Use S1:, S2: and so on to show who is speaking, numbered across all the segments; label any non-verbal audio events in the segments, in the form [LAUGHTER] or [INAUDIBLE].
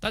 S1: 大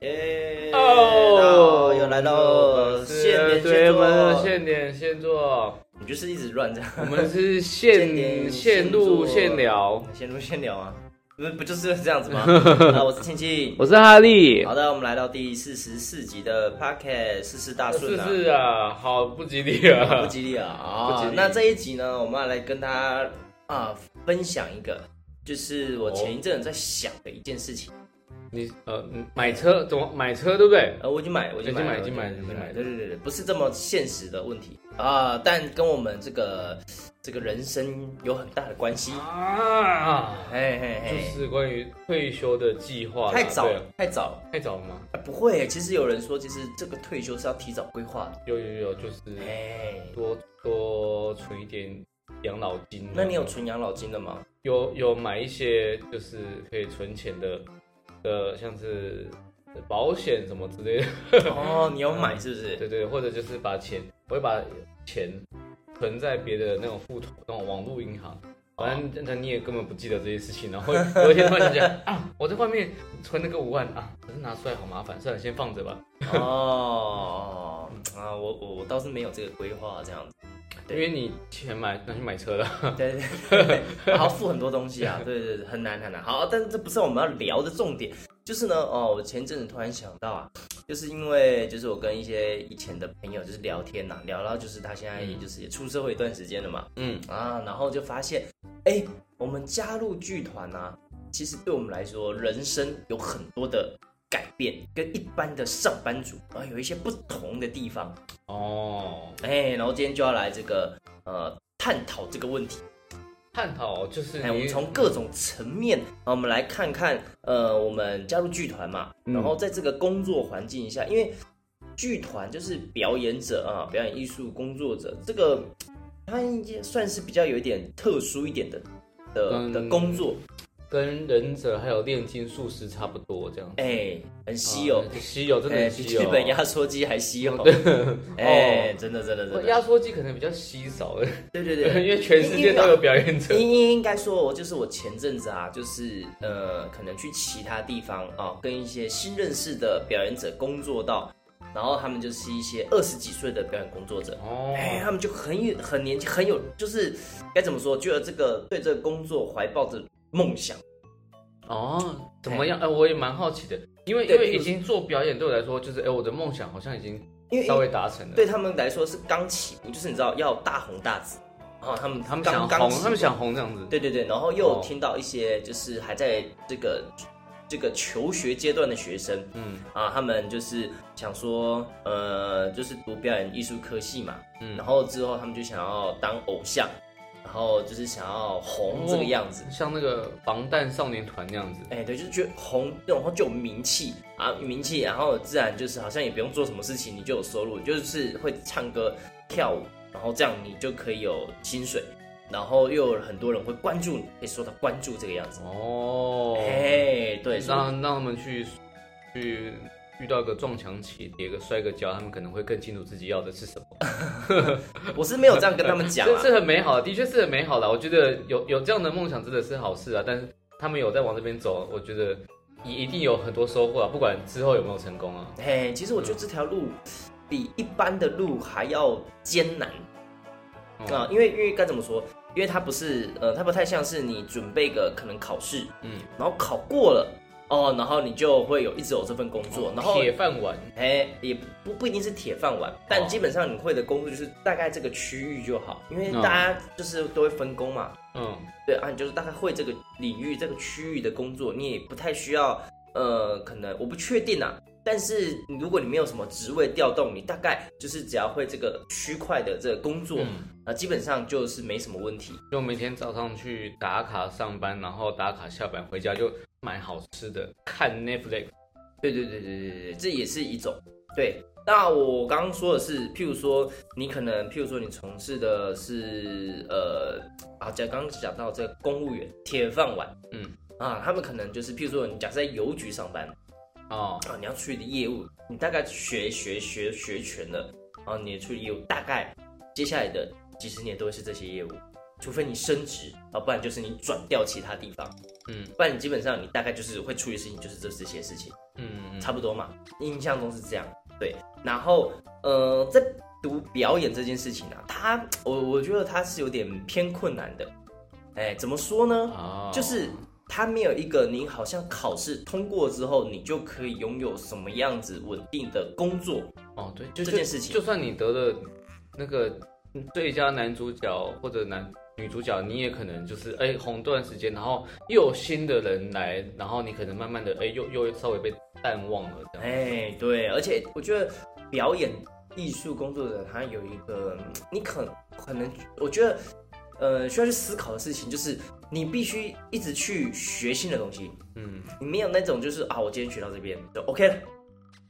S2: 耶
S3: 哦，
S2: 又哎来喽，现
S3: 对，
S2: 点现
S3: 我们
S2: 做
S3: 是。现点现做，
S2: 你就是一直乱这样。
S3: 我们是
S2: 现点
S3: 现
S2: 现
S3: 现
S2: 做
S3: 录现聊。
S2: 先录先聊啊，不是不就是这样子 [LAUGHS] 吗？啊，我是庆庆。
S3: 我是哈利
S2: 好，的，我们来到第四十四集的 Pocket 事事大顺
S3: 是
S2: 啊。
S3: 是啊，好不吉利啊
S2: 不，吉利啊！
S3: 不
S2: 啊、
S3: 吉利
S2: 那这一集呢，我们要来跟大家啊分享一个，就是我前一阵子在想的一件事情。
S3: 你呃买车怎么买车对不对？
S2: 呃，我已经买了，我已经买了，
S3: 已经买
S2: 我
S3: 了已经买了
S2: 对对对对，不是这么现实的问题啊、但跟我们这个这个人生有很大的关系。
S3: 啊，
S2: 嘿嘿
S3: 就
S2: 嘿，
S3: 是关于退休的计划啦，
S2: 哎太早
S3: 对啊
S2: 了，太早了、
S3: 太早了吗？
S2: 啊不会，其实有人说，其实这个退休是要提早规划的。
S3: 有有有，就是
S2: 哎，
S3: 多多存一点养老金啊。
S2: 那你有存养老金
S3: [LAUGHS]
S2: 的吗？
S3: 有有买一些就是可以存钱的，呃，像是保险什么之类的， [LAUGHS]
S2: 哦，你有买是不是？
S3: 对对，或者就是把钱，我会把钱存在别的那种户头、那种网络银行。
S2: 哦
S3: 反正那你也根本不记得这些事情，
S2: [LAUGHS]
S3: 然后有一天突然想起来啊，我在外面存了个五万啊，可是拿出来好麻烦，算了，先放着吧。
S2: 哦，啊，我我我倒是没有这个规划这样子，对
S3: 因为你钱买拿去买车了，
S2: 对对对，然后付很多东西啊，对对对，很难很难。好，但是这不是我们要聊的重点，就是呢，哦，我前阵子突然想到啊，就是因为就是我跟一些以前的朋友就是聊天呐、聊到就是他现在也就是也出社会一段时间了嘛，
S3: 嗯，
S2: 啊，然后就发现，哎，我们加入剧团啊，其实对我们来说，人生有很多的改变，跟一般的上班族啊有一些不同的地方。
S3: 哦，
S2: 哎，然后今天就要来这个呃探讨这个问题。
S3: 探讨就是
S2: 哎，我们
S3: 你
S2: 从各种层面，啊，我们来看看呃我们加入剧团嘛，
S3: 嗯
S2: 然后在这个工作环境下，因为剧团就是表演者啊，表演艺术工作者这个。它应该算是比较有一点特殊一点的的的
S3: 嗯
S2: 工作，
S3: 跟忍者还有炼金术师差不多这样。
S2: 哎、很稀有，
S3: 啊稀有，真的
S2: 哎、
S3: 很
S2: 比
S3: 稀
S2: 日
S3: 有。哦
S2: 本压缩机还稀
S3: [LAUGHS]
S2: 有，哎、真的真的真
S3: 压
S2: 的，
S3: 缩机可能比较稀少，
S2: 对
S3: [LAUGHS]
S2: 对
S3: 因
S2: [LAUGHS] 对，
S3: 为全世界都有表演者。
S2: 应应应该说，我就是我前阵子啊，就是呃，可能去其他地方啊，跟一些新认识的表演者工作到，然后他们就是一些二十几岁的表演工作者，
S3: 哦
S2: 哎、他们就很有很年轻，很有就是该怎么说，觉得这个对这个工作怀抱着梦想。
S3: 哦，怎么样？哎，我也蛮好奇的，因为
S2: 对
S3: 因为
S2: 比
S3: 已
S2: 如
S3: 经做表演对我来说，就是哎，我的梦想好像已经
S2: 因为
S3: 稍微达成了。
S2: 对他们来说是刚起步，就是你知道要大红大紫啊，他们
S3: 他们
S2: 刚
S3: 想
S2: 刚
S3: 红
S2: 起，步
S3: 他们想红这样子。
S2: 对对对，然后又
S3: 哦
S2: 听到一些就是还在这个这个求学阶段的学生
S3: 嗯
S2: 啊，他们就是想说，呃，就是读表演艺术科系嘛，
S3: 嗯
S2: 然，后之后他们就想要当偶像，然后就是想要红
S3: 哦
S2: 这个样子。
S3: 像那个防弹少年团那样子。
S2: 哎、对，就是觉得红，然后就有名气啊，名气，然后自然就是好像也不用做什么事情，你就有收入，就是会唱歌、跳舞，然后这样你就可以有薪水，然后又有很多人会关注你，可以受到关注这个样子。
S3: 哦，嗯
S2: 哎，对，所以
S3: 让让他们去去遇到个撞墙期，跌个摔个跤，他们可能会更清楚自己要的是什么。
S2: 我是没有这样跟他们讲
S3: 这 [LAUGHS]
S2: 啊。
S3: 是很美好的，的确是很美好的。我觉得有有这样的梦想真的是好事啊，但是他们有在往这边走，我觉得也一定有很多收获啊，不管之后有没有成功啊。
S2: 嘿，其实我觉得这条路比一般的路还要艰难
S3: 哦
S2: 啊、因为因为该怎么说？因为它不是呃，它不太像是你准备个可能考试，
S3: 嗯，
S2: 然后考过了哦，然后你就会有一直有这份工作，然后
S3: 哦铁哦饭碗，
S2: 哎，也不不一定是铁饭碗，但基本上你会的工作就是大概这个区域就好，因为
S3: 嗯
S2: 大家就是都会分工嘛。
S3: 嗯，
S2: 对啊，你就是大概会这个领域、这个区域的工作，你也不太需要，呃，可能我不确定啊。但是如果你没有什么职位调动，你大概就是只要会这个区块的这个工作，
S3: 嗯
S2: 啊，基本上就是没什么问题。
S3: 就每天早上去打卡上班，然后打卡下班回家就买好吃的，看 Netflix。
S2: 对对对对对对，这也是一种。对，那我刚刚说的是，譬如说你可能，譬如说你从事的是呃啊，讲刚刚讲到这个公务员铁饭碗，
S3: 嗯
S2: 啊，他们可能就是譬如说你假设在邮局上班
S3: 哦，
S2: 啊，你要处理的业务，你大概学学学学全了，然后你处理业务大概接下来的几十年都会是这些业务，除非你升职啊，不然就是你转调其他地方，
S3: 嗯
S2: 不然你基本上你大概就是会处理的事情就是这这些事情。
S3: 嗯嗯
S2: 差不多嘛，印象中是这样。对，然后呃，在读表演这件事情啊，它我我觉得它是有点偏困难的。哎，怎么说呢？
S3: 哦，
S2: 就是它没有一个你好像考试通过之后，你就可以拥有什么样子稳定的工作。
S3: 哦，对，就
S2: 这
S3: 就
S2: 件事情
S3: 就算你得了那个最佳男主角或者男女主角，你也可能就是哎、红段时间，然后又有新的人来，然后你可能慢慢的哎、又又稍微被淡忘了这样。
S2: 哎，对，而且我觉得表演艺术工作者他有一个，嗯你可可能我觉得呃需要去思考的事情，就是你必须一直去学新的东西。
S3: 嗯，
S2: 你没有那种就是啊，我今天学到这边就 OK 了，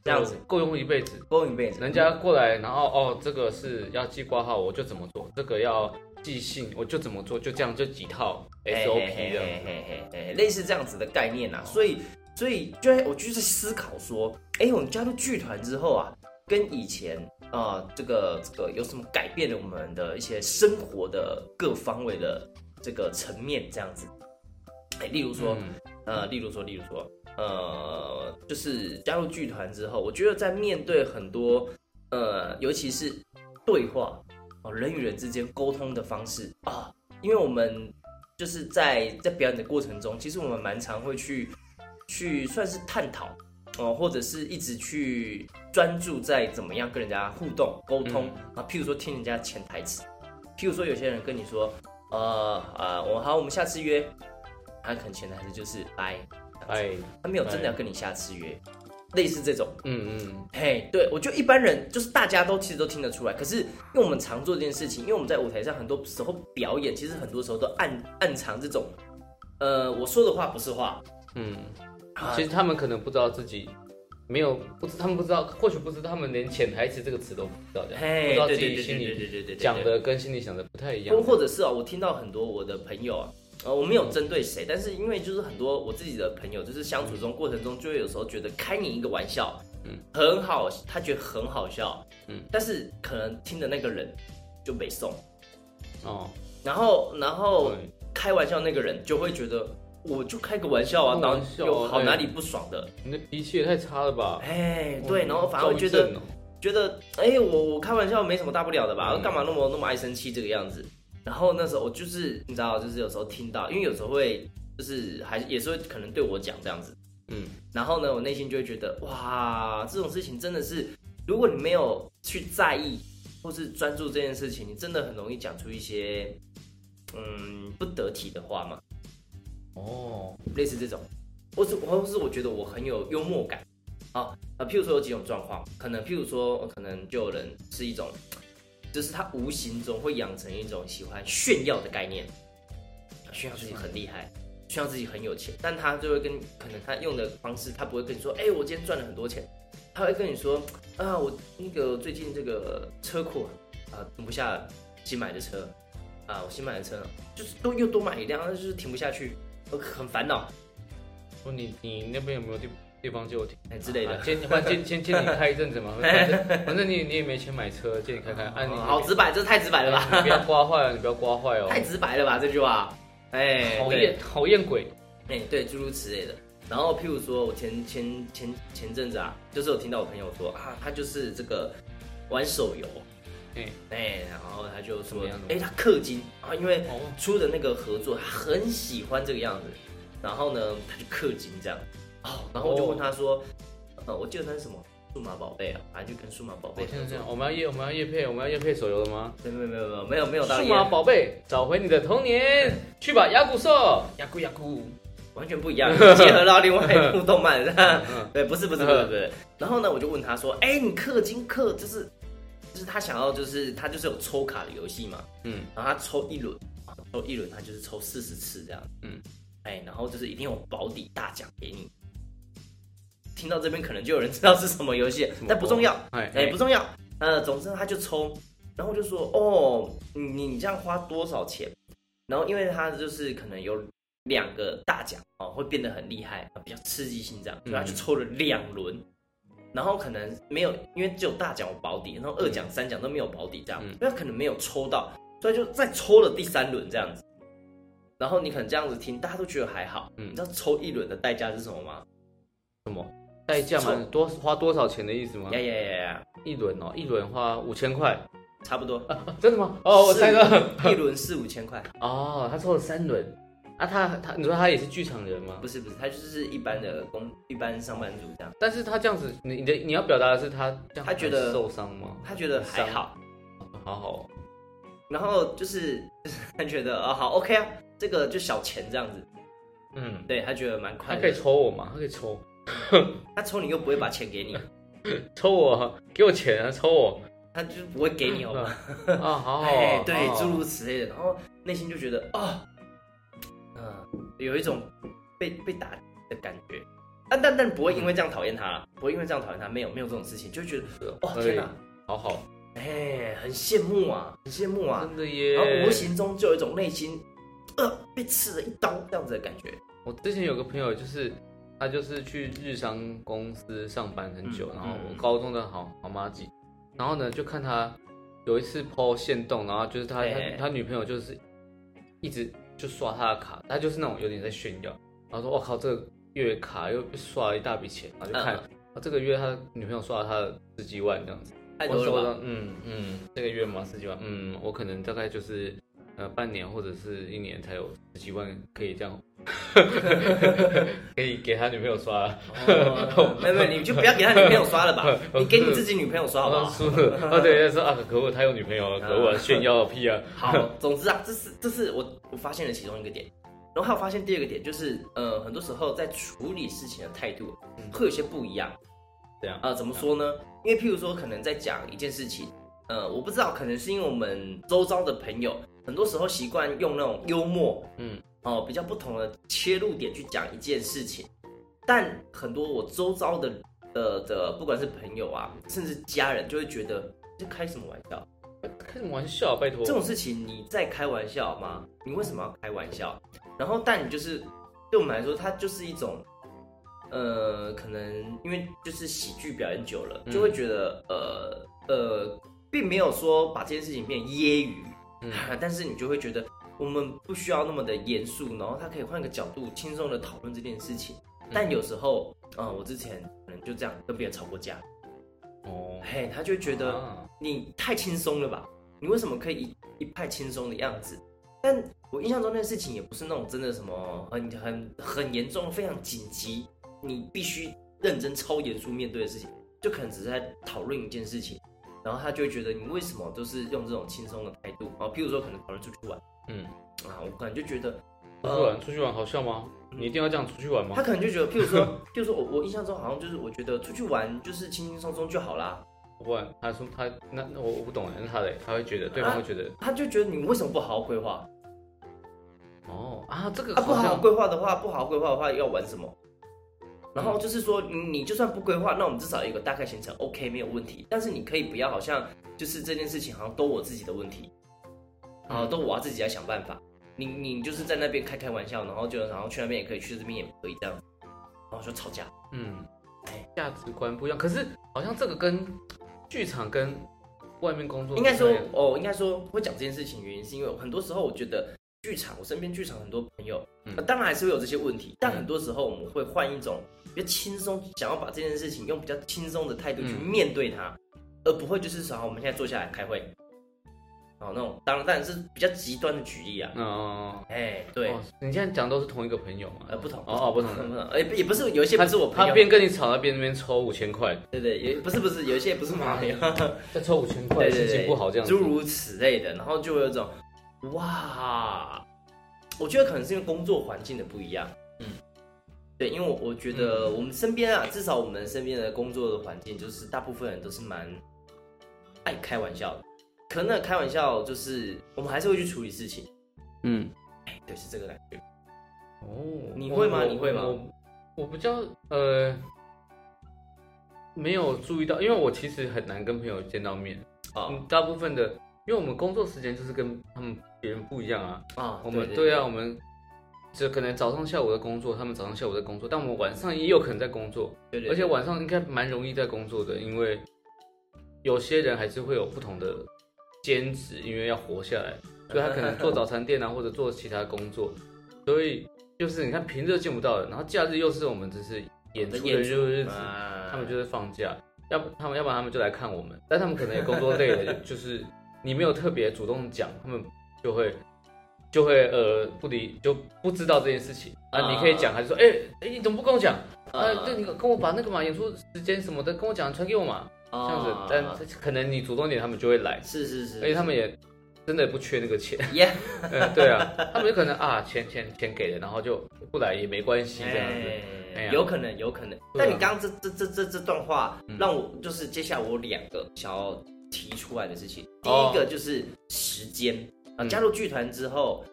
S2: 这样子
S3: 够用一辈子。
S2: 过一辈子。
S3: 人家过来，然后哦，这个是要记挂号，我就怎么做；这个要寄信，我就怎么做，就这样，就几套 SOP 这样
S2: 哎嘿嘿嘿嘿嘿类似这样子的概念啊。所以，所以就在我就是思考说，哎、我们加入剧团之后啊，跟以前啊、这个这个有什么改变了我们的一些生活的各方位的这个层面这样子。哎、例如说，
S3: 嗯
S2: 呃，例如说，例如说，呃，就是加入剧团之后，我觉得在面对很多呃，尤其是对话哦，人与人之间沟通的方式啊，因为我们就是在在表演的过程中，其实我们蛮常会去去算是探讨哦，或者是一直去专注在怎么样跟人家互动沟通、啊，譬如说听人家潜台词，譬如说有些人跟你说，呃啊，我好，我们下次约，他可能潜台词就是拜，
S3: 哎，
S2: 他没有真的要跟你下次约，类似这种。
S3: 嗯嗯，
S2: 嘿，对，我觉得一般人就是大家都其实都听得出来，可是因为我们常做这件事情，因为我们在舞台上很多时候表演，其实很多时候都暗暗藏这种，呃，我说的话不是话，
S3: 嗯，
S2: 啊
S3: 其实他们可能不知道自己没有，不知他们不知道，或许不知道，他们连潜台词这个词都不知道，这样不
S2: 嘿，
S3: 知道自
S2: 对对
S3: 己
S2: 对
S3: 心
S2: 对对
S3: 里
S2: 对对对，
S3: 讲的跟心里想的不太一样
S2: 或。或者是啊、我听到很多我的朋友啊，呃，我没有针对谁，但是因为就是很多我自己的朋友，就是相处中过程中，就会有时候觉得开你一个玩笑，
S3: 嗯
S2: 嗯，很好，他觉得很好笑，
S3: 嗯
S2: 嗯，但是可能听的那个人就没送，
S3: 哦，嗯
S2: 然后然后
S3: 对
S2: 开玩笑那个人就会觉得。我就开个玩笑啊，
S3: 开
S2: 然
S3: 玩
S2: 后
S3: 笑啊
S2: 有好
S3: 哎
S2: 哪里不爽的，
S3: 你的脾气也太差了吧？
S2: 哎，对，然后反而
S3: 躁
S2: 会
S3: 郁
S2: 觉得
S3: 症哦
S2: 觉得，哎、我我开玩笑没什么大不了的吧，
S3: 嗯
S2: 干嘛那么那么爱生气这个样子？然后那时候我就是你知道，就是有时候听到，因为有时候会就是还也是会可能对我讲这样子，
S3: 嗯，
S2: 然后呢，我内心就会觉得哇，这种事情真的是，如果你没有去在意或是专注这件事情，你真的很容易讲出一些嗯不得体的话嘛，
S3: 哦，
S2: 类似这种，或是或是我觉得我很有幽默感啊啊，譬如说有几种状况，可能譬如说呃可能就有人是一种，就是他无形中会养成一种喜欢炫耀的概念，啊炫耀自己很厉害，炫耀自己很有钱，但他就会跟可能他用的方式，他不会跟你说，哎、我今天赚了很多钱，他会跟你说，啊，我那个最近这个车库啊啊停不下了新买的车啊，我新买的车就是多又多买一辆，但是就是停不下去，我很烦恼。
S3: 说你你那边有没有地地方借我停？
S2: 哎之类的
S3: 啊借不然借借借你开一阵子
S2: [LAUGHS]
S3: 嘛，反正反正你你也没钱买车，借你开开。啊，你
S2: 好直白，这太直白了吧？
S3: 你不要刮坏哦，你不要刮坏哦。
S2: 太直白了吧？这句话，哎，
S3: 讨
S2: 对
S3: 厌讨厌鬼。
S2: 哎、对，诸如此类的。然后，譬如说，我前前前前阵子啊，就是有听到我朋友说啊，他就是这个玩手游，
S3: 哎
S2: 哎、然后他就
S3: 怎
S2: 说
S3: 么样，
S2: 哎、他氪金啊，因为
S3: 哦
S2: 出的那个合作，他很喜欢这个样子，然后呢，他就氪金这样，哦，然后我就问他说，呃，我记得他是什么数码宝贝啊，反正就跟数码宝贝
S3: 我
S2: 合
S3: 现在这
S2: 作，
S3: 样，我们要夜我们要夜配我们要夜配手游了吗？
S2: 对没有没有没有没有没嗯有到
S3: 数
S2: 夜
S3: 码宝贝，找回你的童年，去吧，牙骨兽，牙骨牙骨。
S2: 完全不一样，结合到另外一部
S3: [LAUGHS]
S2: 动漫。
S3: 嗯
S2: 对，不是不是不是不是。然后呢，我就问他说：“哎、你氪金氪就是就是他想要就是他就是有抽卡的游戏嘛，
S3: 嗯，
S2: 然后他抽一轮，抽一轮他就是抽四十次这样，
S3: 嗯
S2: 嗯，哎、然后就是一定有保底大奖给你。听到这边可能就有人知道是什么游戏
S3: 什么，
S2: 但不重要，
S3: 哎
S2: 哎、不重要。呃，总之他就抽，然后我就说，哦，你你你这样花多少钱？然后因为他就是可能有两个大奖哦，会变得很厉害，比较刺激性这样，所以他
S3: 嗯
S2: 就抽了两轮。然后可能没有，因为只有大奖有保底，然后二奖、三奖都没有保底，这样，
S3: 嗯
S2: 所以他可能没有抽到，所以就再抽了第三轮这样子。然后你可能这样子听，大家都觉得还好，
S3: 嗯
S2: 你知道抽一轮的代价是什么吗？
S3: 什么代价嘛
S2: 错？哎
S3: 多花多少钱的意思吗
S2: 呀？呀呀呀，
S3: 一轮哦，一轮花五千块，
S2: 差不多， [LAUGHS]
S3: 啊真的吗？哦，我猜到了。
S2: 一轮四五千块，
S3: [LAUGHS] 哦，他抽了三轮，啊，他他，你说他也是剧场人吗
S2: 不？是不是，他就是一般的工，一般上班族这样，
S3: 但是他这样子，你你的你要表达的是他这样
S2: 他觉得
S3: 很受伤吗？
S2: 他觉得还好，
S3: 好好哦，
S2: 然后就是就是他觉得啊、好 OK 啊，这个就小钱这样子，
S3: 嗯，
S2: 对他觉得蛮快
S3: 他
S2: 乐
S3: 可以
S2: 的，
S3: 抽我吗？他可以抽
S2: 他抽你又不会把钱给你， [LAUGHS]
S3: 抽我，给我钱啊，抽我
S2: 他就是不会给你好吗？
S3: 啊，好好
S2: 哎
S3: [LAUGHS] 哦，，
S2: 对，
S3: 好好
S2: 诸如此类的，然后内心就觉得啊，嗯、有一种被被打的感觉，啊，但但不会因为这样讨厌他，不会因为这样讨厌他，没有没有这种事情，就觉得哇、
S3: 可以
S2: 天哪，
S3: 好好，
S2: 哎，很羡慕啊，很羡慕啊，
S3: 真的
S2: 然后
S3: 耶
S2: 无。形中就有一种内心呃被刺了一刀这样子的感觉，
S3: 我之前有个朋友，就是他就是去日商公司上班很久，
S2: 嗯
S3: 然后我
S2: 嗯
S3: 高中的好好妈吉，然后呢就看他有一次 PO 线动，然后就是他他
S2: 哎
S3: 他女朋友就是一直就刷他的卡，他就是那种有点在炫耀，然后说我靠这个月卡又刷了一大笔钱，然后就看。
S2: 嗯
S3: 啊这个月他女朋友刷了他的十几万这样子，
S2: 太多
S3: 我
S2: 了
S3: 说
S2: 吧？
S3: 嗯嗯，这个月嘛十几万，嗯，我可能大概就是呃半年或者是一年才有十几万可以这样， [LAUGHS] 可以给他女朋友刷啊了。
S2: 哦 [LAUGHS] 没有没有，你就不要给他女朋友刷了吧，你给你自己女朋友刷好不
S3: 啊，
S2: 好？ [LAUGHS]
S3: 输了啊！对，他说啊，可恶，他有女朋友，可恶啊，炫耀屁
S2: [LAUGHS]
S3: 啊！
S2: 好，总之啊，这是这是我我发现的其中一个点。然后还有发现第二个点就是，呃，很多时候在处理事情的态度
S3: 嗯啊
S2: 会有些不一样。
S3: 这样
S2: 呃，怎么说呢？因为譬如说，可能在讲一件事情，呃，我不知道，可能是因为我们周遭的朋友，很多时候习惯用那种幽默，
S3: 嗯，
S2: 哦、比较不同的切入点去讲一件事情，但很多我周遭的的的，不管是朋友啊，甚至家人，就会觉得这开什么玩笑？
S3: 开什么玩笑啊？拜托，
S2: 这种事情你在开玩笑吗？你为什么要开玩笑？然后，但你就是对我们来说，它就是一种，呃，可能因为就是喜剧表演久了，
S3: 嗯
S2: 就会觉得，呃呃，并没有说把这件事情变揶揄，
S3: 嗯
S2: [LAUGHS] 但是你就会觉得我们不需要那么的严肃，然后他可以换个角度轻松的讨论这件事情。但
S3: 嗯
S2: 有时候，呃，我之前可能就这样跟别人吵过架，
S3: 哦，
S2: 嘿，他就觉得。
S3: 啊
S2: 你太轻松了吧？你为什么可以一一派轻松的样子？但我印象中那事情也不是那种真的什么很很很严重、非常紧急，你必须认真超严肃面对的事情，就可能只是在讨论一件事情，然后他就会觉得你为什么都是用这种轻松的态度？然后譬如说可能讨论出去玩
S3: 嗯，
S2: 啊，我可能就觉得，
S3: 出
S2: 呃
S3: 去玩，出去玩好笑吗？你一定要这样出去玩吗
S2: 嗯他？可能就觉得，譬如说，譬如说我我印象中好像就是我觉得出去玩就是轻轻松松就好啦，
S3: 不然他说他那那我我不懂哎，那他嘞，他会觉得对方会觉得
S2: 他就觉得你为什么不好好规划？
S3: 哦啊，这个
S2: 啊，不好好
S3: 像
S2: 规划的话，不好好规划的话要玩什么？然后就是说，你你就算不规划，那我们至少有一个大概行程，OK 没有问题。但是你可以不要好像就是这件事情好像都我自己的问题，
S3: 嗯
S2: 啊，都我要自己来想办法。你你就是在那边开开玩笑，然后就然后去那边也可以，去这边也可以这样子，然后就吵架。
S3: 嗯，价值观不一样。可是好像这个跟剧场跟外面工作
S2: 应该说
S3: 不太一样
S2: 哦，应该说会讲这件事情，原因是因为很多时候我觉得剧场，我身边剧场很多朋友，
S3: 嗯
S2: 呃当然还是会有这些问题，但
S3: 嗯
S2: 很多时候我们会换一种比较轻松，想要把这件事情用比较轻松的态度去
S3: 嗯
S2: 面对它，而不会就是说好，我们现在坐下来开会，哦，那种当然当然是比较极端的举例啊，
S3: 嗯哦，
S2: 哎、对，
S3: 哦你现在讲都是同一个朋友吗？
S2: 呃，不同，
S3: 哦哦，不同
S2: 不
S3: 的。
S2: 同，哎、也不是有一些不是我朋
S3: 他
S2: 友，
S3: 边跟你吵，他边那边抽五千块，
S2: 对对，也不是不是，有一些不是我朋友。
S3: 再抽五千
S2: 对
S3: 块，
S2: 对
S3: 心
S2: 对，
S3: 情不好这样子
S2: 诸。如此类的，然后就会有一种哇，我觉得可能是因为工作环境的不一样，
S3: 嗯，
S2: 对，因为我我觉得我们身边啊，至少我们身边的工作的环境，就是大部分人都是蛮爱开玩笑的，可能那开玩笑就是我们还是会去处理事情，哎
S3: 嗯，
S2: 对，是这个感觉，
S3: 哦，
S2: 你会吗
S3: 我
S2: 你会吗？
S3: 我我我比较呃，没有注意到，因为我其实很难跟朋友见到面，
S2: 啊
S3: 嗯，大部分的，因为我们工作时间就是跟他们别人不一样啊，
S2: 啊，
S3: 我们
S2: 对
S3: 对啊，我们就可能早上下午在工作，他们早上下午在工作，但我们晚上也有可能在工作，
S2: 对对，
S3: 而且晚上应该蛮容易在工作的，因为有些人还是会有不同的兼职，因为要活下来，所以他可能做早餐店啊，或者做其他工作，所以就是你看平日见不到的，然后假日又是我们只是演
S2: 哦
S3: 出的日
S2: 啊
S3: 子，他
S2: 他
S3: 们就是放假，要不他们要不然他们就来看我们，但他们可能也工作累了，就就是你没有特别主动讲，他们就会就会呃不理就不知道这件事情啊，你可以讲，还是说哎哎、你怎么不跟我讲？啊，对，你跟我把那个嘛演出时间什么的跟我讲，传给我嘛，这样子，但可能你主动一点，他们就会来，
S2: 啊是是是，
S3: 而且他们也真的不缺那个钱，
S2: 耶，
S3: [LAUGHS] 嗯，对啊，他们就可能啊钱钱钱给了，然后就不来也没关系这样子，哎
S2: 哎
S3: 呀
S2: 有可能，有可能。
S3: 对啊
S2: 但你刚刚这这这这这段话
S3: 嗯，
S2: 让我就是接下来我有两个想要提出来的事情。第
S3: 哦
S2: 一个就是时间啊，
S3: 嗯
S2: 加入剧团之后，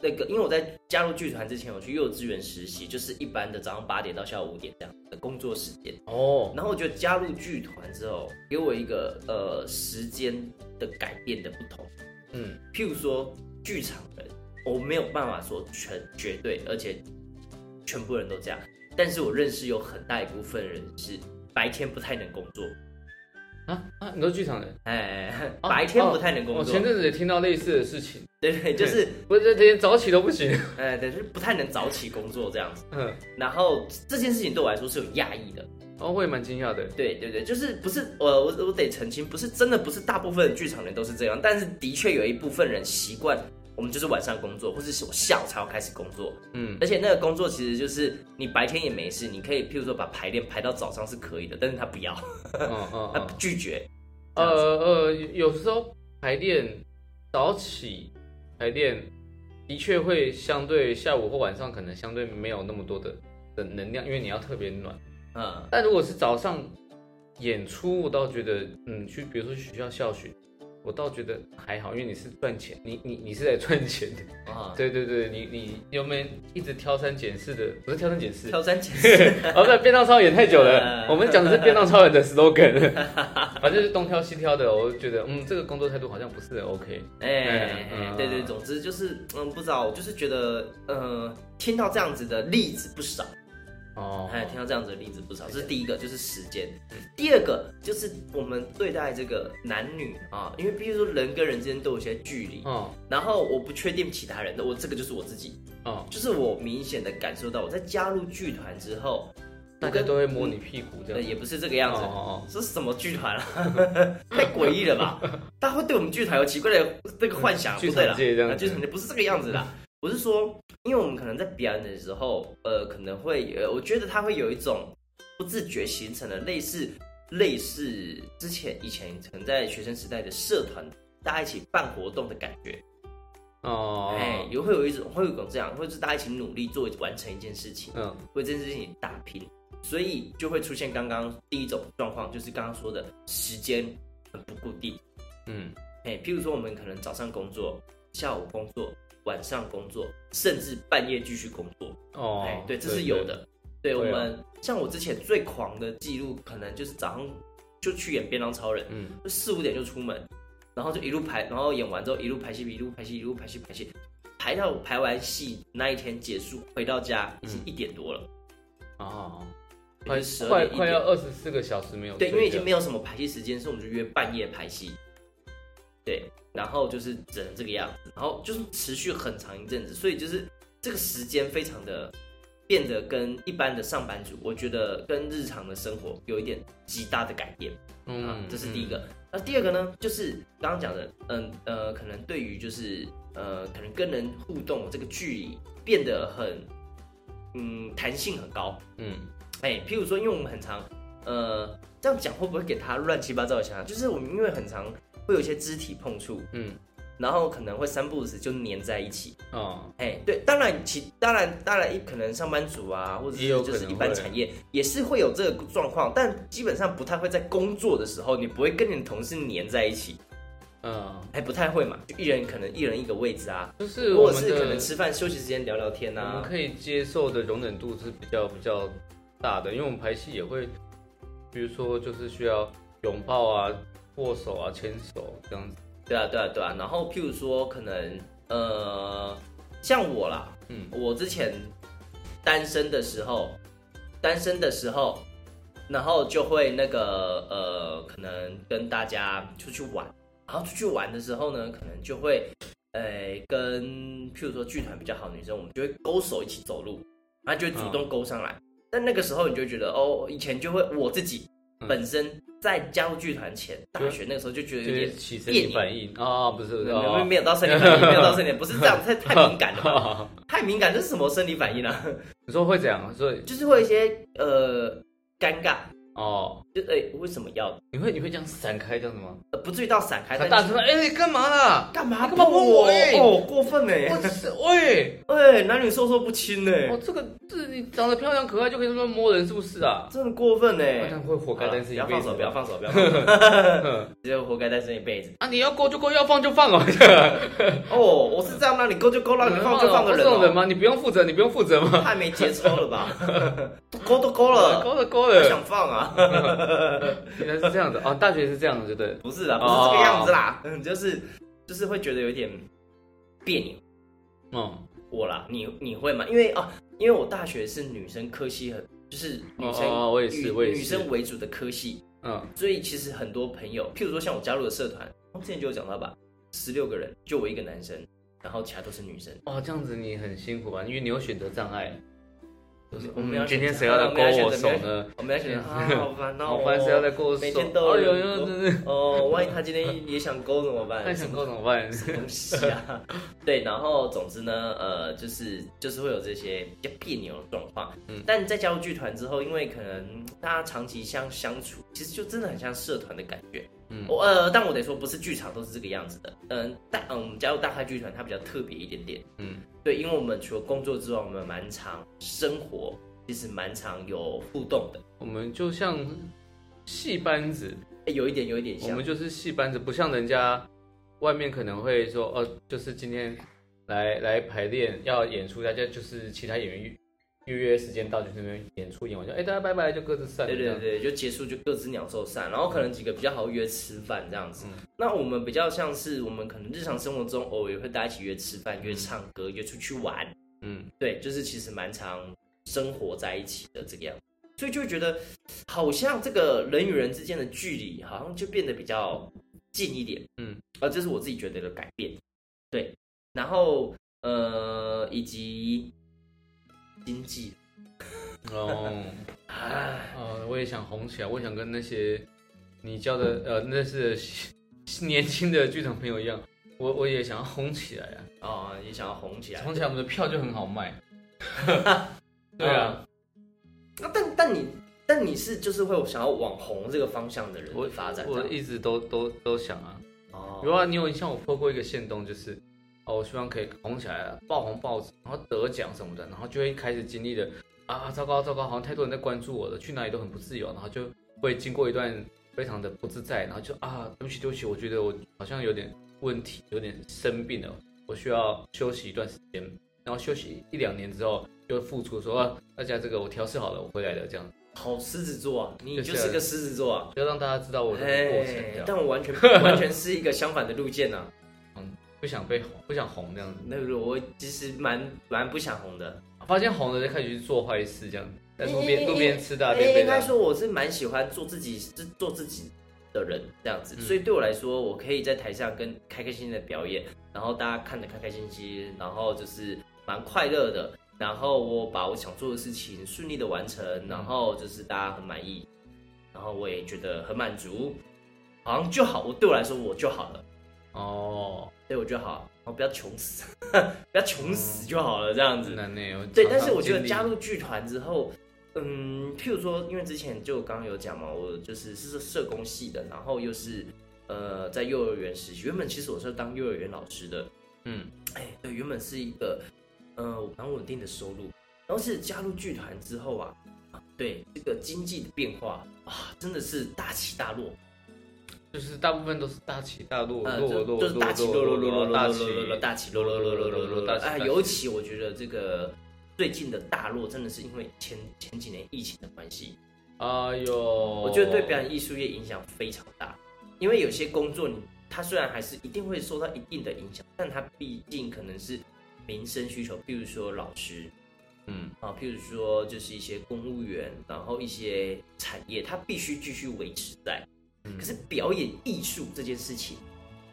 S2: 那个因为我在加入剧团之前，我去幼稚园实习，就是一般的早上八点到下午五点这样的工作时间。
S3: 哦，
S2: 然后我觉得加入剧团之后，给我一个呃时间的改变的不同。
S3: 嗯
S2: 譬如说剧场人，我没有办法说全绝对，而且全部人都这样。但是我认识有很大一部分人是白天不太能工作，
S3: 啊啊，你都剧场人，
S2: 哎，
S3: 哦
S2: 白天不太能
S3: 我
S2: 工作，
S3: 前阵子也听到类似的事情，
S2: 对对，就是
S3: 不是这连早起都不行， [LAUGHS]
S2: 哎，对，就是不太能早起工作这样子。
S3: 嗯，
S2: 然后这件事情对我来说是有压抑的，
S3: 哦，我也蛮惊讶的，
S2: 对对对，就是不是我我我得澄清，不是真的不是大部分的剧场人都是这样，但是的确有一部分人习惯我们就是晚上工作，或者是我下午才要开始工作，
S3: 嗯
S2: 而且那个工作其实就是你白天也没事，你可以譬如说把排练排到早上是可以的，但是他不要，
S3: 嗯嗯
S2: 他
S3: 嗯，
S2: 拒绝。
S3: 呃呃，有时候排练早起排练的确会相对下午或晚上可能相对没有那么多的的能量，因为你要特别暖。
S2: 嗯，
S3: 但如果是早上演出，我倒觉得，嗯，去比如说去学校校训，我倒觉得还好，因为你是赚钱，你你你是在赚钱 [LAUGHS] 的。
S2: 啊，
S3: 对对对，你你有没有一直挑三拣四的？不是挑三拣四，
S2: 嗯挑三拣四，
S3: 哦，对，便当超演太久了，
S2: 嗯
S3: 我们讲的是便当超人的 slogan，反正就是东挑西挑的，我就觉得，嗯，这个工作态度好像不是很 OK。
S2: 哎、
S3: 嗯
S2: 对对，总之就是，嗯，不知道，我就是觉得，呃，听到这样子的例子不少，
S3: 哦，嗯
S2: 哎，听到这样子的例子不少，这是第一个，就是时间；第二个就是我们对待这个男女啊，因为比如说人跟人之间都有一些距离，
S3: 哦
S2: 然后我不确定其他人的，我这个就是我自己，
S3: 哦，
S2: 就是我明显的感受到，我在加入剧团之后，
S3: 大家都会摸你屁股这
S2: 呃，
S3: 样。
S2: 也不是这个样子。
S3: 哦
S2: 这是什么剧团啊？ [LAUGHS] 太诡异了
S3: [LAUGHS]
S2: 吧！大家会对我们剧团有奇怪的这个幻想，
S3: 嗯剧
S2: 不
S3: 场
S2: 对啦，
S3: 界这样子嗯
S2: 啊剧场界不是这个样子啦。我是说，因为我们可能在表演的时候，呃，可能会，呃，我觉得它会有一种不自觉形成的类似类似之前以前可能在学生时代的社团大家一起办活动的感觉。
S3: 哦哦，
S2: 哎、有会有一种会有一种这样，或者是大家一起努力做完成一件事情，
S3: 嗯
S2: 为这件事情打拼，所以就会出现刚刚第一种状况，就是刚刚说的时间很不固定。
S3: 嗯
S2: 哎、譬如说我们可能早上工作，下午工作，晚上工作，甚至半夜继续工作。
S3: 哦
S2: 哎、，对，这是有的。对我
S3: 对啊
S2: 们像我之前最狂的记录，可能就是早上就去演《便当超人》
S3: 对，，嗯，
S2: 就四五点就出门，然后就一路排，然后演完之后一路排戏，一路排戏，一路排戏，排戏，排到排完戏那一天结束，回到家已经
S3: 嗯
S2: 一点多了，
S3: 哦，
S2: 快
S3: 快
S2: 十二
S3: 快
S2: 点一
S3: 快要
S2: 点。
S3: 二十四个小时没有
S2: 对，
S3: 睡觉。
S2: 因为已经没有什么排戏时间，所以我们就约半夜排戏。对，然后就是只能这个样子，然后就是持续很长一阵子，所以就是这个时间非常的变得跟一般的上班族，我觉得跟日常的生活有一点极大的改变。啊，
S3: 嗯，
S2: 这是第一个。那第二个呢，就是刚刚讲的，嗯呃，可能对于就是呃，可能跟人互动这个距离变得很，嗯，弹性很高。
S3: 嗯，
S2: 哎，譬如说，因为我们很常，呃，这样讲会不会给他乱七八糟的想法？就是我们因为很常会有一些肢体碰触，
S3: 嗯
S2: 然后可能会三不五时就粘在一起。
S3: 嗯，哦，
S2: 哎，对，当然其当然当然，一可能上班族啊，或者是
S3: 也有
S2: 就
S3: 可
S2: 是
S3: 能
S2: 一般
S3: 会
S2: 产业也是会有这个状况，但基本上不太会在工作的时候，你不会跟你的同事黏在一起，
S3: 嗯，
S2: 还不太会嘛，就一人可能一人一个位置啊，
S3: 就是我
S2: 或者
S3: 们
S2: 是可能
S3: 的
S2: 吃饭休息时间聊聊天
S3: 我们
S2: 啊，
S3: 可以接受的容忍度是比较比较大的，因为我们排戏也会比如说就是需要拥抱啊、握手啊、牵手这样子。
S2: 对啊，对啊，对啊。然后譬如说，可能呃，像我啦，
S3: 嗯
S2: 我之前单身的时候，单身的时候，然后就会那个呃，可能跟大家出去玩，然后出去玩的时候呢，可能就会呃，跟譬如说剧团比较好的女生，我们就会勾手一起走路，然后就会主动勾上来。但那个时候你就会觉得哦，以前就会我自己
S3: 嗯
S2: 本身在加入剧团前，大
S3: 就
S2: 学那个时候就觉得
S3: 就
S2: 有点
S3: 是起身体反应啊，不是不是，
S2: 没
S3: 哦
S2: 有没有到生理反应，没有到生理，不是这样，太太敏感了吧，
S3: [LAUGHS]
S2: 太敏感，这是什么生理反应啊？ [LAUGHS]
S3: 你说会怎样？所以
S2: 就是会有一些呃尴尬，
S3: 哦，
S2: 就哎、为什么要、
S3: 你会你会这样闪开这样子吗？
S2: 呃不至于到闪开，
S3: 他
S2: 但
S3: 大
S2: 是
S3: 声说：“哎、你干嘛
S2: [LAUGHS]
S3: 啦？
S2: 干嘛
S3: 你干嘛碰我哎
S2: 哦，过分呢、
S3: 我只是喂，
S2: 哎、男女授受不亲欸呢、
S3: 我这个这你长得漂亮可爱就可以这么摸人，是不是啊？
S2: 真的过分呢、欸
S3: 好像会活
S2: 好
S3: 该
S2: 了
S3: 单身
S2: 不
S3: 一
S2: 要
S3: 辈
S2: 放
S3: 子
S2: 手，
S3: 吧。
S2: 不要放手，不要放手，
S3: [LAUGHS] 嗯
S2: 直接活该单身一辈子。
S3: 啊，你要勾就勾，要放就放哦。
S2: 哦，我是这样让你勾就勾，让你放就放的
S3: 我是
S2: 人、
S3: 这种嗯人
S2: 哦，
S3: 吗？你不用负责，你不用负责吗？
S2: 太没节操了
S3: [LAUGHS]
S2: 吧？都勾都勾了，
S3: 勾了勾
S2: 不
S3: 了，
S2: 想放啊？
S3: [LAUGHS] 原来是这样子啊！大学是这样子，对不
S2: 不是啊，不是这个样子啦，
S3: 哦
S2: 嗯，就是就是会觉得有点别扭。
S3: 对？嗯，
S2: 我啦，你你会吗？因为啊，因为我大学是女生科系很，就是女生，
S3: 哦哦我也是
S2: 女
S3: 我也是
S2: 女生为主的科系，
S3: 嗯，
S2: 所以其实很多朋友，譬如说像我加入的社团，我之前就有讲到吧，十六个人就我一个男生，然后其他都是女生。
S3: 哇，哦这样子你很辛苦吧？啊因为你有选择障碍。就是
S2: 我们要
S3: 嗯今天谁
S2: 选择啊
S3: 要来勾
S2: 我们要
S3: 我
S2: 选择
S3: 手
S2: 没
S3: 呢？
S2: 我们来
S3: [LAUGHS]
S2: 想，啊，好烦
S3: 好
S2: 哦，
S3: 烦，谁要来勾我手？
S2: 每天都
S3: 哎呦
S2: 有
S3: 呦，
S2: 人
S3: 真的是
S2: 哦，万一他今天也想勾怎么
S3: [LAUGHS]
S2: 办？
S3: 那想勾怎么办？
S2: [LAUGHS] 东西啊。对，然后总之呢，呃，就是就是会有这些比较别扭的状况。
S3: 嗯
S2: 但在加入剧团之后，因为可能大家长期相相处，其实就真的很像社团的感觉。
S3: 嗯
S2: 我呃，但我得说，不是剧场都是这个样子的。嗯、但嗯，我们加入大咖剧团，它比较特别一点点。
S3: 嗯，
S2: 对，因为我们除了工作之外，我们蛮常生活，其实蛮常有互动的。
S3: 我们就像戏班子，
S2: 诶哎有一点，有一点
S3: 我
S2: 像
S3: 们。就是戏班子，不像人家外面可能会说哦，就是今天来来排练要演出，大家就是其他演员预预约时间到，就那边演出演完就哎大家拜拜，就各自散了。
S2: 对
S3: 这
S2: 对
S3: 样，
S2: 对，就结束就各自鸟兽散，然后可能几个比较好约吃饭这样子。
S3: 嗯
S2: 那我们比较像是我们可能日常生活中偶尔也会大家一起约吃饭、约唱歌、约出去玩，
S3: 嗯，
S2: 对，就是其实蛮常生活在一起的这个样子，所以就会觉得好像这个人与人之间的距离好像就变得比较近一点，
S3: 嗯，
S2: 呃，这是我自己觉得的改变，对，然后呃以及经济
S3: 然 [LAUGHS] 后
S2: 啊，
S3: 呃，哦我也想红起来，我也想跟那些你教的呃那是年轻的剧场朋友一样，我我也想要红起来啊，
S2: 哦，也想要红起来，
S3: 红起来我们的票就很好 [LAUGHS] 卖。对啊，
S2: 那但但你但你是就是会想要往红这个方向的人
S3: 我
S2: 发展，
S3: 我
S2: 这样
S3: 一直都都都想啊。
S2: 哦
S3: 有啊，你有像我破过一个线动，就是哦，我希望可以红起来了，爆红爆紫，然后得奖什么的，然后就会开始经历的啊，糟糕糟糕，好像太多人在关注我了，去哪里都很不自由，然后就会经过一段非常的不自在，然后就啊，对不起对不起，我觉得我好像有点问题，有点生病了，我需要休息一段时间，然后休息一两年之后。就复出说，啊大家这个我调试好了，我回来了，这样
S2: 好狮子座啊，你
S3: 就是
S2: 就是个狮子座啊。
S3: 就让大家知道我的过程，这
S2: 哎，
S3: 样
S2: 但我
S3: [LAUGHS]
S2: 完全完全是一个相反的路线啊。
S3: 不想被红，不想红这样子。
S2: 那个我其实蛮蛮不想红的，
S3: 发现红了就开始去做坏事，这样在路边
S2: 欸
S3: 路边吃大便
S2: 哎
S3: 被
S2: 应
S3: 大
S2: 该说我是蛮喜欢做自己是做自己的人这样子，
S3: 嗯
S2: 所以对我来说，我可以在台上跟开开心心的表演，然后大家看得开开心心，然后就是蛮快乐的，然后我把我想做的事情顺利的完成，然后就是大家很满意，然后我也觉得很满足，好像就好，我对我来说我就好了。
S3: 哦，
S2: 对我就好，然后不要穷死， [LAUGHS] 不要穷死就好了，这样
S3: 很
S2: 子。
S3: 难呢。
S2: 对，但是我觉得加
S3: 家
S2: 入剧团之后，嗯，譬如说，因为之前就刚刚有讲嘛，我就是是社工系的，然后又是呃在幼儿园实习，原本其实我是当幼儿园老师的，
S3: 嗯，
S2: 哎，对，原本是一个呃蛮稳定的收入，然后是加入剧团之后啊，啊对这个经济的变化啊，真的是大起大落，
S3: 就是大部分都是大起大落，
S2: 呃，
S3: 落
S2: 就
S3: 落
S2: 就是大起落落落落落
S3: 大
S2: 落
S3: 起
S2: 落落大起落落落落落落落啊！尤其我觉得这个最近的大落真的是因为前前几年疫情的关系，
S3: 啊有，我
S2: 我觉得对表演艺术业影响非常大，因为有些工作你它虽然还是一定会受到一定的影响，但它毕竟可能是民生需求，譬如说老师
S3: 嗯
S2: 啊，譬如说就是一些公务员，然后一些产业，它必须继续维持在。
S3: 嗯
S2: 可是表演艺术这件事情，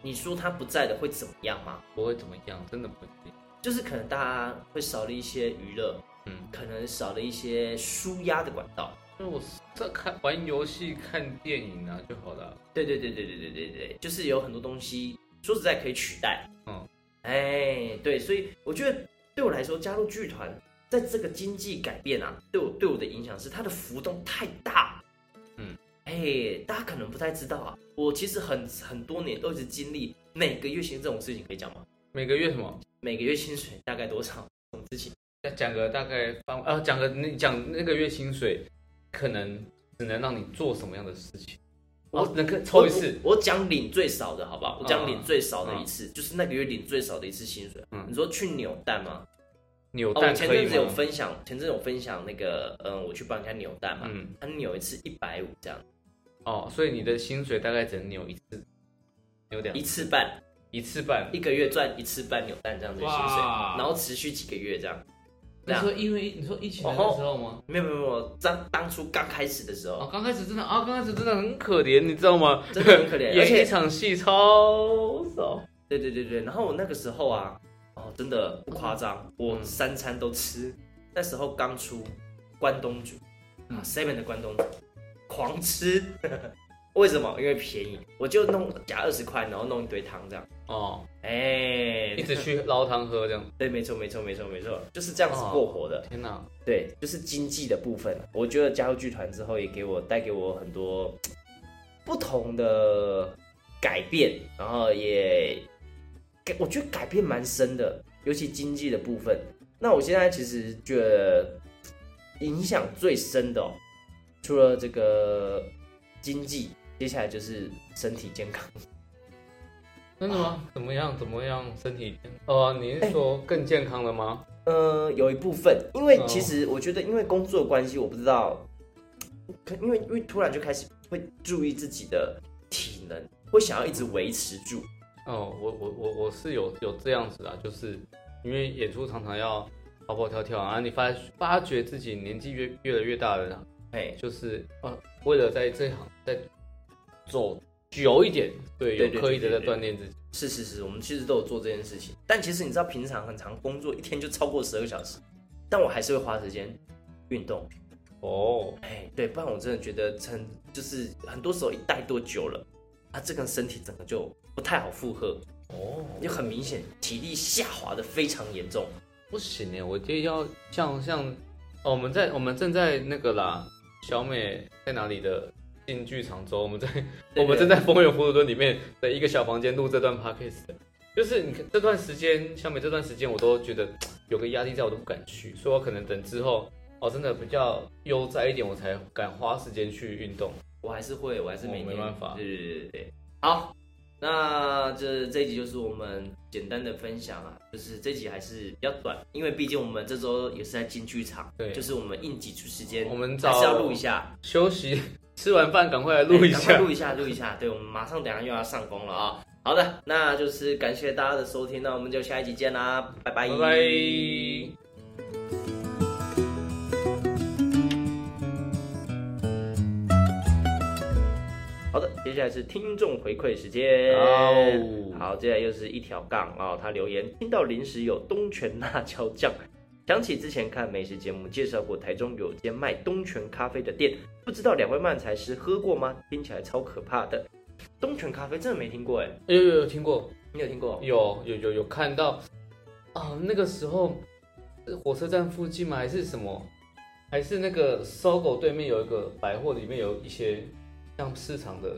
S2: 你说它不在了会怎么样吗？
S3: 不会怎么样，真的不会怎么样。
S2: 就是可能大家会少了一些娱乐，
S3: 嗯，
S2: 可能少了一些舒压的管道。
S3: 那我这看玩游戏、看电影啊就好了。
S2: 对对对对对对对对，就是有很多东西说实在可以取代。
S3: 嗯，
S2: 哎，对，所以我觉得对我来说，加入剧团在这个经济改变啊，对我对我的影响是它的浮动太大。
S3: 嗯，
S2: 哎，大家可能不太知道啊，我其实很很多年都一直经历每个月薪这种事情，可以讲吗？
S3: 每个月什么？
S2: 每个月薪水大概多少这种事情？
S3: 再讲个大概方啊，讲个那讲那个月薪水，可能只能让你做什么样的事情？我
S2: 哦
S3: 只能跟抽一次，
S2: 我我讲领最少的好不好？我讲领最少的
S3: 嗯
S2: 一次，就是那个月领最少的一次薪水。
S3: 嗯
S2: 你说去扭蛋吗？
S3: 扭
S2: 哦，我
S3: 蛋
S2: 前
S3: 可以
S2: 阵子有
S3: 吗？
S2: 分享，前阵子有分享那个，嗯，我去帮人家扭蛋嘛，
S3: 嗯，
S2: 他扭一次一百五这样，
S3: 哦，所以你的薪水大概只能扭一次，扭两
S2: 一次半，
S3: 一次半。
S2: 一个月赚一次半扭蛋这样子的薪水，
S1: 哇
S2: 然后持续几个月这样。
S3: 你
S2: 这样
S3: 说因为你说疫情来的时候吗？
S2: 没有没有没有，当当初刚开始的时候，
S3: 哦，刚开始真的啊，刚开始真的很可怜，你知道吗？
S2: 真的很可怜，
S3: [LAUGHS]
S2: 而
S3: 演一
S2: 且
S3: 场戏超少，
S2: 对对对对，然后我那个时候啊，哦，真的不夸张，我三餐都吃，那时候刚出关东煮
S3: 嗯
S2: 啊，seven 的关东煮，狂吃， [LAUGHS] 为什么？因为便宜，我就弄加二十块，然后弄一堆汤这样。
S3: 哦，
S2: 哎、
S3: 一直去捞汤喝这样。
S2: 对，没错，没错，没错，没错，就是这样子过活的。
S3: 天哪，
S2: 对，就是经济的部分。啊我觉得加入剧团之后，也给我带给我很多嘖不同的改变，然后也改，我觉得改变蛮深的，尤其经济的部分。那我现在其实觉得嘖影响最深的、哦，除了这个经济，接下来就是身体健康。
S3: 真的 [LAUGHS] 吗？怎么样？怎么样？身体健哦，你是说更健康了吗？
S2: 呃，有一部分，因为
S3: 哦
S2: 其实我觉得，因为工作的关系，我不知道，可因为因为突然就开始会注意自己的体能，会想要一直维持住。
S3: 哦，我我我我是有有这样子啊，就是因为演出常常要跑跑跳跳啊，你发发觉自己年纪越越来越大了，
S2: 哎，
S3: 就是呃，为了在这行再走久一点，对，
S2: 对
S3: 有
S2: 对
S3: 刻意的
S2: 对
S3: 在
S2: 对对
S3: 锻炼自己。
S2: 是是是，我们其实都有做这件事情，但其实你知道，平常很长工作一天就超过十二个小时，但我还是会花时间运动。
S3: 哦，
S2: 哎，对，不然我真的觉得很就是很多时候一待多久了，啊，这个身体整个就不太好负荷，
S3: 哦，
S2: 就很明显体力下滑的非常严重。
S3: 不行哎，我觉得要像像、哦，我们在我们正在那个啦，小美在哪里的进剧场周，我们在
S2: 对
S3: 我们正在丰原葫芦墩里面的一个小房间录这段 podcast 的。就是你看这段时间，小美这段时间，我都觉得有个压力在，我都不敢去，所以我可能等之后哦，真的比较悠哉一点，我才敢花时间去运动。
S2: 我还是会，我还是每
S3: 哦没
S2: 天。
S3: 办法
S2: 对对对对对。好，那这这一集就是我们简单的分享啊，就是这集还是比较短，因为毕竟我们这周也是在进剧场，
S3: 对
S2: 就是我们应挤出时间，
S3: 我们
S2: 还是要
S3: 找
S2: 录一下，
S3: 休息， [LAUGHS] 吃完饭赶快来录一
S2: 哎赶快
S3: 下。
S2: 录一下，录一下。对，我们马上等一下又要上工了啊、好的，那就是感谢大家的收听，那我们就下一集见啦，拜拜，
S3: 拜拜。
S2: 好的，接下来是听众回馈时间。
S3: 哦
S2: 好，接下来又是一条杠哦，他留言听到零食有东泉辣椒酱，想起之前看美食节目介绍过，台中有间卖东泉咖啡的店，不知道两位漫才师喝过吗？听起来超可怕的。东泉咖啡真的没听过哎，
S3: 有有有听过，
S2: 你有听过？
S3: 有有有有看到啊，那个时候是火车站附近吗？还是什么？还是那个搜狗对面有一个百货，里面有一些像市场的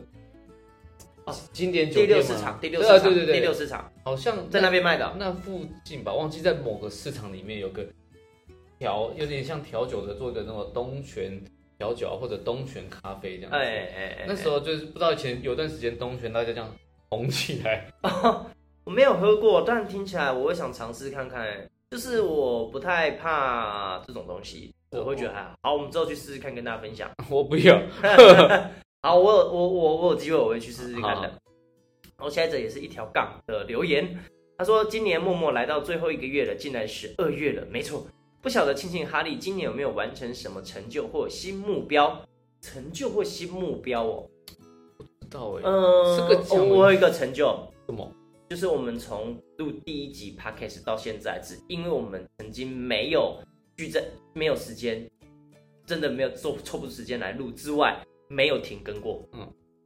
S2: 哦
S3: 经典酒
S2: 第
S3: 店
S2: 六
S3: 吗
S2: 市场，第六市
S3: 对啊
S2: 场，
S3: 对对对，
S2: 第六市场
S3: 好像
S2: 在那边卖的哦。
S3: 那附近吧，忘记在某个市场里面有个调，有点像调酒的，做的那种东泉调酒啊，或者东泉咖啡这样子。
S2: 哎哎哎，
S3: 那时候就是不知道以前有段时间东泉大家这样红起来， [LAUGHS]
S2: 我没有喝过，但听起来我会想尝试看看。就是我不太怕这种东西，我会觉得还
S3: 哦
S2: 好。好，我们之后去试试看，跟大家
S3: [LAUGHS]
S2: 分享。 [LAUGHS]
S3: 我不要，
S2: 好，我有我我我有机会我会去试试看
S3: 好
S2: 的。然后下一则也是一条杠的留言，他说今年默默来到最后一个月了，竟然十二月了，没错。不晓得庆庆哈利今年有没有完成什么成就或新目标？成就或新目标哦，
S3: 不知道哎、
S2: 嗯、
S3: 这个讲
S2: 我
S3: 了
S2: 我有一个成就，
S3: 什么？
S2: 就是我们从录第一集 podcast 到现在，只因为我们曾经没有聚在，没有时间，真的没有抽抽不出时间来录之外，没有停更过。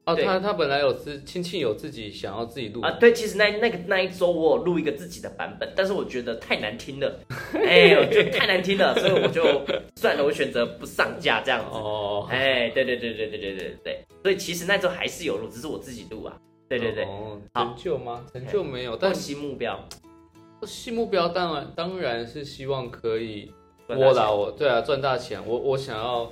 S3: 哦，
S2: 对
S3: 他他本来有自庆庆有自己想要自己录
S2: 啊，对，其实那那个那一周我有录一个自己的版本，但是我觉得太难听了，
S3: [LAUGHS]
S2: 哎、我觉得太难听了，所以我就算了，我选择不上架这样子。
S3: 哦，
S2: 哎、对对对对对对对对，所以其实那周还是有录，只是我自己录啊。对对对，
S3: 哦
S2: 好
S3: 成就吗？成就没有，但
S2: 但新目标，
S3: 新目标当然当然是希望可以
S2: 赚大
S3: 我
S2: 钱
S3: 啦，我对啊，赚大钱，我我想要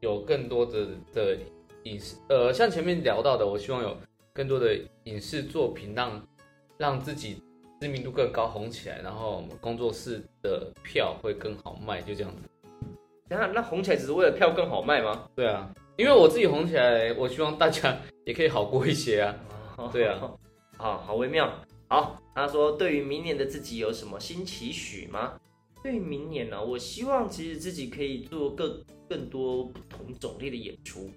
S3: 有更多的的影视，呃，像前面聊到的，我希望有更多的影视作品让让自己知名度更高，红起来，然后我们工作室的票会更好卖，就这样子。
S2: 然后那红起来只是为了票更好卖吗？
S3: 对啊，因为我自己红起来，我希望大家也可以好过一些啊。对啊，
S2: 好好微妙。好，他说对于明年的自己有什么新期许吗？对于明年呢、我希望其实自己可以做更更多不同种类的演出，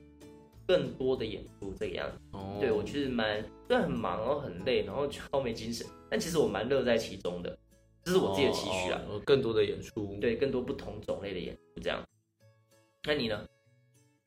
S2: 更多的演出这个样子。
S3: 哦
S2: [LAUGHS] 对我其实蛮虽然很忙，然后很累，然后超没精神，但其实我蛮乐在其中的，这是我自己的期许啊。
S3: 哦，哦更多的演出。
S2: 对，更多不同种类的演出这样。那你呢？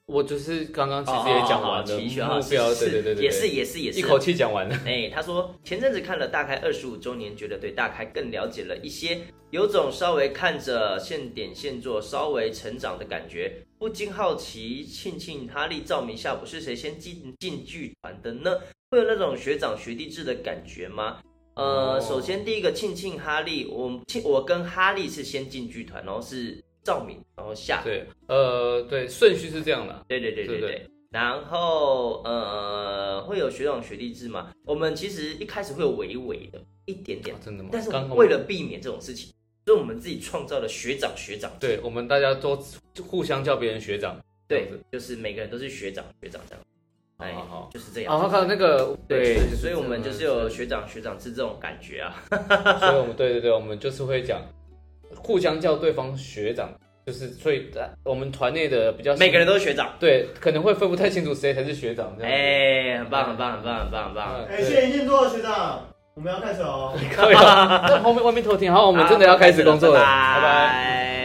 S3: 我就是刚刚其实也讲完
S2: 哦好
S3: 了
S2: 期
S3: 目
S2: 许啊，是
S3: 标，
S2: 是
S3: 对对对对，
S2: 也是也是也啊是，
S3: 一口气讲完了。
S2: 哎，他说前阵子看了大开二十五周年，觉得对大开更了解了一些，有种稍微看着现点现做、稍微成长的感觉，不禁好奇庆庆、哈利、赵明夏不是谁先进进剧团的呢？会有那种学长学弟制的感觉吗？呃，
S3: 哦
S2: 首先第一个庆庆、哈利，我庆我跟哈利是先进剧团，然后是赵敏，然后夏，
S3: 对，呃，对，顺序是这样的。
S2: 对对对对
S3: 对
S2: 对。然后呃，会有学长学弟制嘛？我们其实一开始会有微微的一点点
S3: 啊，真的吗？
S2: 但是我
S3: 刚
S2: 们
S3: 刚
S2: 为了避免这种事情，所以我们自己创造了学长学长制。
S3: 对我们大家都互相叫别人学长。
S2: 对，就是每个人都是学长学长这样。哎，
S3: 好好好
S2: 就是这样。
S3: 啊，还有那个
S2: 对，
S3: 对，
S2: 所以我们就是
S3: 这样
S2: 有学长学长制这种感觉啊。
S3: 所以我们对对对，我们就是会讲，互相叫对方学长，就是所以呃我们团内的比较
S2: 每个人都是学长，
S3: 对，可能会分不太清楚谁才是学长这样。
S2: 哎，很棒很棒很棒很棒很棒。
S3: 嗯
S4: 哎，谢谢运座学长，我们要开始了哦。
S3: 可以了，在后面外面偷听。好，我
S2: 我
S3: 们真的要开始工作了，拜拜。
S2: 拜。